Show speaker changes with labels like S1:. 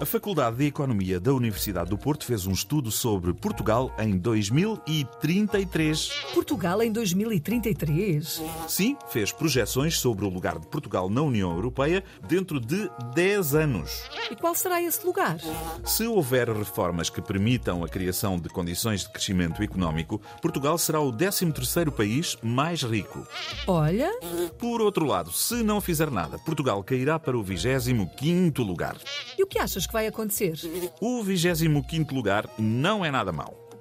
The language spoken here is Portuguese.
S1: A Faculdade de Economia da Universidade do Porto fez um estudo sobre Portugal em 2033.
S2: Portugal em 2033?
S1: Sim, fez projeções sobre o lugar de Portugal na União Europeia dentro de 10 anos.
S2: E qual será esse lugar?
S1: Se houver reformas que permitam a criação de condições de crescimento económico, Portugal será o 13º país mais rico.
S2: Olha,
S1: Por outro lado, se não fizer nada, Portugal cairá para o 25º lugar.
S2: e o que achas que vai acontecer?
S1: O 25º lugar não é nada mau.